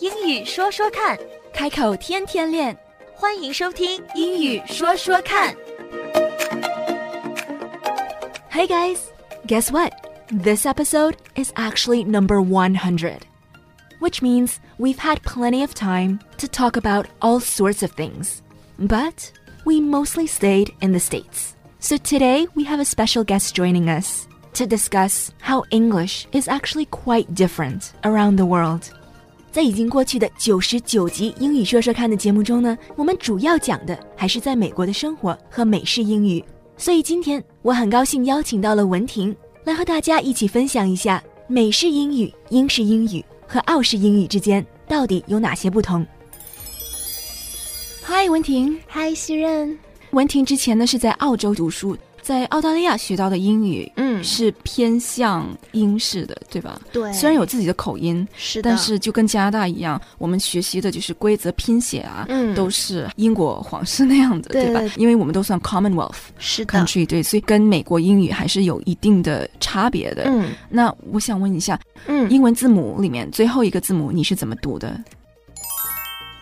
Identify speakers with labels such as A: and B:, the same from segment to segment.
A: 英语说说看，
B: 开口天天练。
A: 欢迎收听英语说说看。
B: Hey guys, guess what? This episode is actually number 100, which means we've had plenty of time to talk about all sorts of things. But we mostly stayed in the States. So today we have a special guest joining us to discuss how English is actually quite different around the world. 在已经过去的九十九集英语说说看的节目中呢，我们主要讲的还是在美国的生活和美式英语。所以今天我很高兴邀请到了文婷来和大家一起分享一下美式英语、英式英语和澳式英语之间到底有哪些不同。嗨，文婷。
C: 嗨，西任，
B: 文婷之前呢是在澳洲读书，在澳大利亚学到的英语
C: 嗯
B: 是偏向英式的，对吧？
C: 对，
B: 虽然有自己的口音，
C: 是的，
B: 但是就跟加拿大一样，我们学习的就是规则拼写啊，
C: 嗯
B: 都是英国皇室那样的，
C: 对
B: 吧
C: 对？对
B: 因为我们都算 Commonwealth
C: 是的，
B: country，对，所以跟美国英语还是有一定的差别的。
C: 嗯
B: 那我想问一下，
C: 嗯，应
B: 英文字母里面最后一个字母你是怎么读的？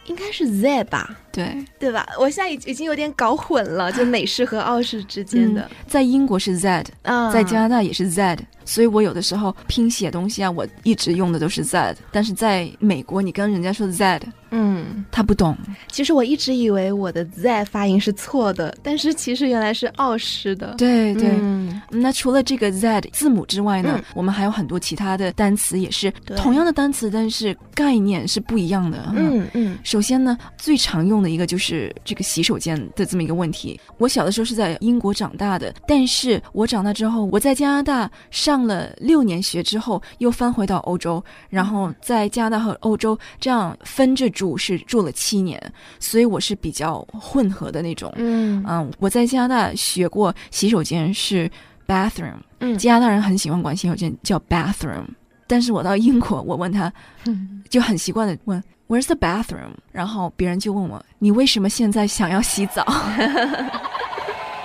C: 应该是 Z 吧，
B: 对，
C: 对吧？我现在已已经有点搞混了，就美式和澳式之间的，
B: 在英国是 Z，
C: 啊，
B: 嗯在加拿大也是 Z，所以我有的时候拼写东西啊，我一直用的都是 Z，但是在美国你跟人家说 Z，
C: 嗯，
B: 他不懂。
C: 其实我一直以为我的 Z 发音是错的，但是其实原来是澳式的，
B: 对对、
C: 嗯
B: 那除了这个 Z 字母之外呢、
C: 嗯
B: 我们还有很多其他的单词，也是
C: 对
B: 同样的单词，但是概念是不一样的。
C: 嗯嗯
B: 首先呢，最常用的一个就是这个洗手间的这么一个问题。我小的时候是在英国长大的，但是我长大之后，我在加拿大上了六年学之后，又翻回到欧洲，然后在加拿大和欧洲这样分着住是住了七年，所以我是比较混合的那种。
C: 嗯
B: 嗯，我在加拿大学过洗手间是 bathroom，
C: 嗯
B: 加拿大人很喜欢管洗手间叫 bathroom，但是我到英国，我问他
C: 嗯
B: 就很习惯的问 Where's the bathroom？然后别人就问我你为什么现在想要洗澡？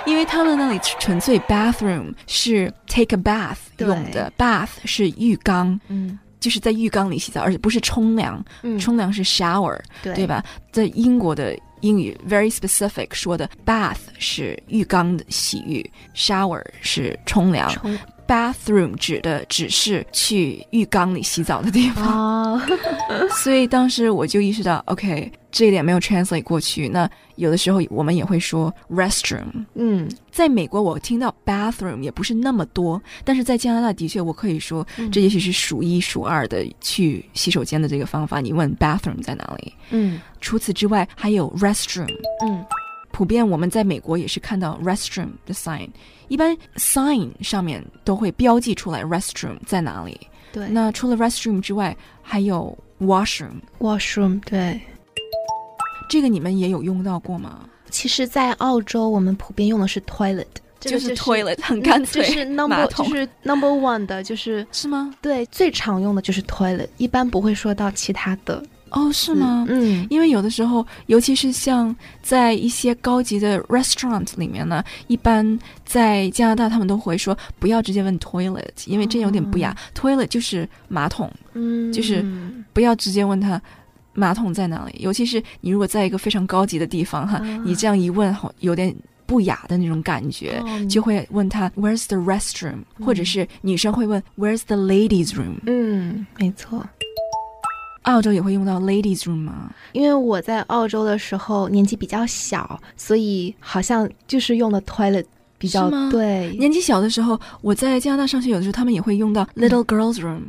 B: 因为他们那里纯粹 bathroom 是 take a bath
C: 对
B: 用的，bath 是浴缸，
C: 嗯
B: 就是在浴缸里洗澡，而且不是冲凉，
C: 嗯，
B: 冲凉是 shower，、
C: 对
B: 对？吧？在英国的英语 very specific 说的 bath 是浴缸的洗浴，shower 是冲凉
C: 冲
B: ，bathroom 指的只是去浴缸里洗澡的地方。
C: 哦，
B: 所以当时我就意识到，OK，这一点没有 translate 过去。那有的时候我们也会说 restroom。
C: 嗯，
B: 在美国，我听到 bathroom 也不是那么多，但是在加拿大的确，我可以说
C: 嗯
B: 这也许是数一数二的去洗手间的这个方法。你问 bathroom 在哪里？
C: 嗯
B: 除此之外，还有 restroom。
C: 嗯
B: 普遍我们在美国也是看到 restroom 的 sign，一般 sign 上面都会标记出来 restroom 在哪里。
C: 对，
B: 那除了 restroom 之外，还有 washroom。
C: washroom 对。
B: 这个你们也有用到过吗？
C: 其实，在澳洲，我们普遍用的是 toilet，这个嗯
B: 是 toilet 很干脆，
C: 就是 number
B: 马桶
C: 就是 number one 的，就是
B: 是吗？
C: 对最常用的就是 toilet，一般不会说到其他的，
B: 哦，是吗？
C: 嗯，
B: 因为有的时候，尤其是像在一些高级的 restaurant 里面呢，一般在加拿大他们都会说不要直接问 toilet，因为这有点不
C: 哦
B: 雅。toilet 就是马桶，
C: 嗯，
B: 就是不要直接问他马桶在哪里。尤其是你如果在一个非常高级的地方哈，
C: 啊
B: 你这样一问，好有点不雅的那种感觉。
C: 哦
B: 就会问他 Where's the restroom，、或者是女生会问 Where's the ladies room。
C: 嗯，没错。
B: 澳洲也会用到 ladies room 啊吗？
C: 因为我在澳洲的时候年纪比较小，所以好像就是用的 toilet 比较
B: 是吗
C: 对。
B: 年纪小的时候，我在加拿大上学，有的时候他们也会用到 little girls room，、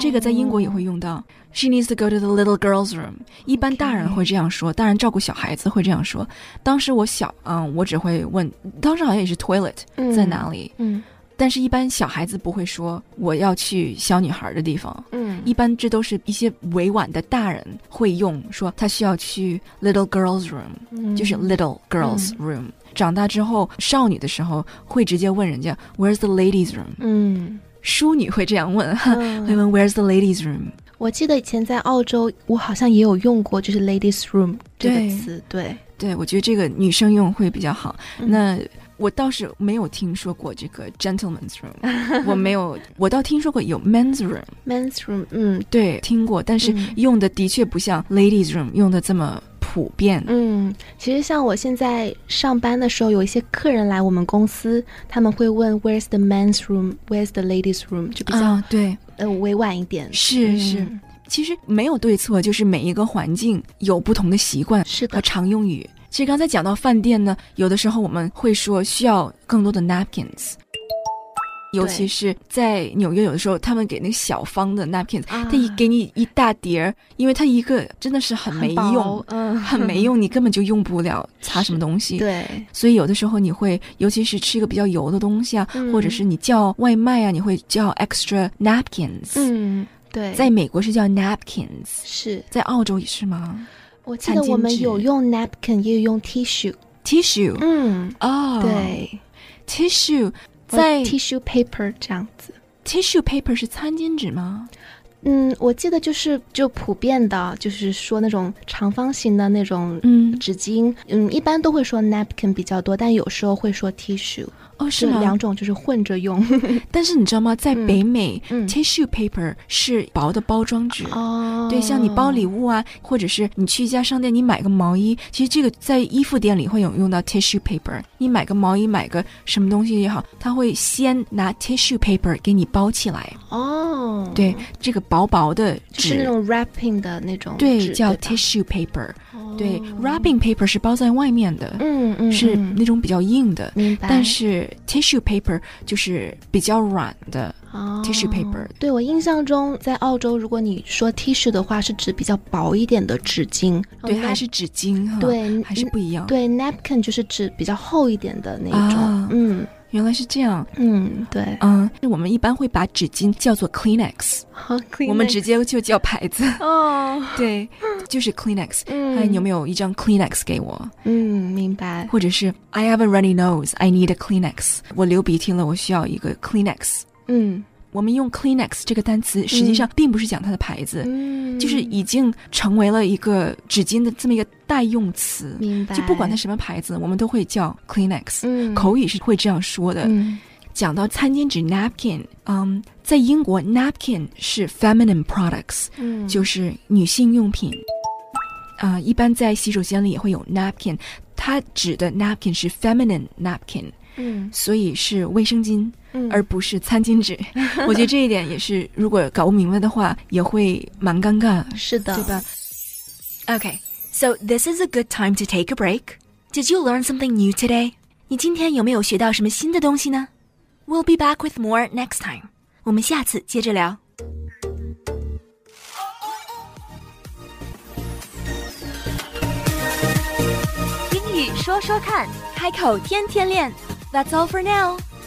B: 这
C: 哦
B: 个在英国也会用到。She needs to go to the little girls room。一般大人会这样说，大人照顾小孩子会这样说。当时我小，嗯，我只会问，当时好像也是 toilet
C: 嗯
B: 在哪里，
C: 嗯
B: 但是一般小孩子不会说我要去小女孩的地方。
C: 嗯
B: 一般这都是一些委婉的大人会用，说他需要去 little girls room，、
C: 嗯
B: 就是 little girls room。长大之后，少女的时候会直接问人家 Where's the ladies room？
C: 嗯，
B: 淑女会这样问，哈，
C: 嗯
B: 会问 Where's the ladies room？
C: 我记得以前在澳洲，我好像也有用过，就是 ladies room 这
B: 对
C: 个词，对，
B: 对我觉得这个女生用会比较好。
C: 嗯
B: 那我倒是没有听说过这个 gentleman's room，我 没有，我倒听说过有 men's room，
C: men's room，嗯
B: 对，听过，但是
C: 嗯
B: 用的的确不像 ladies room 用的这么普遍。
C: 嗯，其实像我现在上班的时候，有一些客人来我们公司，他们会问 Where's the men's room？Where's the ladies room？就比较、
B: 啊，对，
C: 呃委婉一点。
B: 是是，
C: 嗯
B: 其实没有对错，就是每一个环境有不同的习惯
C: 是的
B: 和，常用语。其实刚才讲到饭店呢，有的时候我们会说需要更多的 napkins，尤其是在纽约，有的时候他们给那个小方的 napkins，、
C: 啊
B: 他一给你一大叠儿，因为它一个真的是很没
C: 啊薄
B: 用，，
C: 嗯，
B: 很没 用，你根本就用不了擦什么东西。
C: 对，
B: 所以有的时候你会，尤其是吃一个比较油的东西啊，
C: 嗯
B: 或者是你叫外卖啊，你会叫 extra napkins。
C: 嗯，对，
B: 在美国是叫 napkins，
C: 是
B: 在澳洲也是吗
C: 我记得我们有用 napkin，也有用 tissue，
B: ？tissue
C: 嗯，
B: 哦，
C: 对，
B: ，tissue
C: 或
B: 在
C: tissue paper 这样子。
B: tissue paper 是餐巾纸吗？
C: 嗯，我记得就是就普遍的，就是说那种长方形的那种
B: 嗯，
C: 纸巾，嗯，一般都会说 napkin 比较多，但有时候会说 tissue，
B: 哦是
C: 这
B: 吗
C: 两？种就是混着用。
B: 但是你知道吗？在
C: 嗯
B: 北美、
C: 嗯
B: tissue paper 是薄的包装纸。
C: 哦
B: 对，像你包礼物啊，或者是你去一家商店，你买个毛衣，其实这个在衣服店里会有用到 tissue paper。你买个毛衣，买个什么东西也好，他会先拿 tissue paper 给你包起来。
C: 哦，
B: 对，，这个薄薄的
C: 就是那
B: 纸，
C: 种 wrapping 的那种
B: 对，
C: 纸
B: 叫
C: 吧
B: tissue paper。
C: 哦
B: 对，wrapping paper 是包在外面的，
C: 嗯嗯
B: 是
C: 嗯
B: 那种比较硬的。
C: 明白，
B: 但是 tissue paper 就是比较软的，
C: 哦
B: tissue paper
C: 对我印象中，在澳洲，如果你说 tissue 的话，是指比较薄一点的纸巾，
B: 对，
C: 然后
B: 还是纸巾哈，，
C: 对
B: 嗯
C: 嗯
B: 还是不一样。
C: 对 napkin 就是指比较厚一点的那种，
B: 啊
C: 嗯
B: 原来是这样，
C: 嗯，对，
B: 嗯，我们一般会把纸巾叫做 Kleenex，
C: 好，
B: 我们直接就叫牌 子，
C: 哦，
B: 对，就是 Kleenex。
C: 嗯，
B: 哎，你有没有一张 Kleenex 给我？
C: 嗯，明白。
B: 或者是 I have a runny nose, I need a Kleenex。我流鼻涕了，我需要一个 Kleenex。
C: 嗯
B: 我们用 Kleenex 这个单词，实际上并不是讲它的牌子，
C: 嗯，
B: 就是已经成为了一个纸巾的这么一个代用词，
C: 明白，
B: 就不管它什么牌子，我们都会叫 Kleenex。
C: 嗯
B: 口语是会这样说的。
C: 嗯
B: 讲到餐巾纸 napkin，嗯，在英国 napkin 是 feminine products，、
C: 嗯
B: 就是女性用品。啊、一般在洗手间里也会有 napkin，它指的 napkin 是 feminine napkin，
C: 嗯
B: 所以是卫生巾，
C: 嗯
B: 而不是餐巾纸。 我觉得这一点也是，如果搞不明白的话，也会蛮尴尬，
C: 是的
B: 对，吧？
A: Okay.
B: So this is a good time to take a break.
A: Did you learn something new today? 你今天有没有学到什么新的东西呢？We'll be back with more next time. 我们下次接着聊。英语说说看，开口天天练。That's all for now.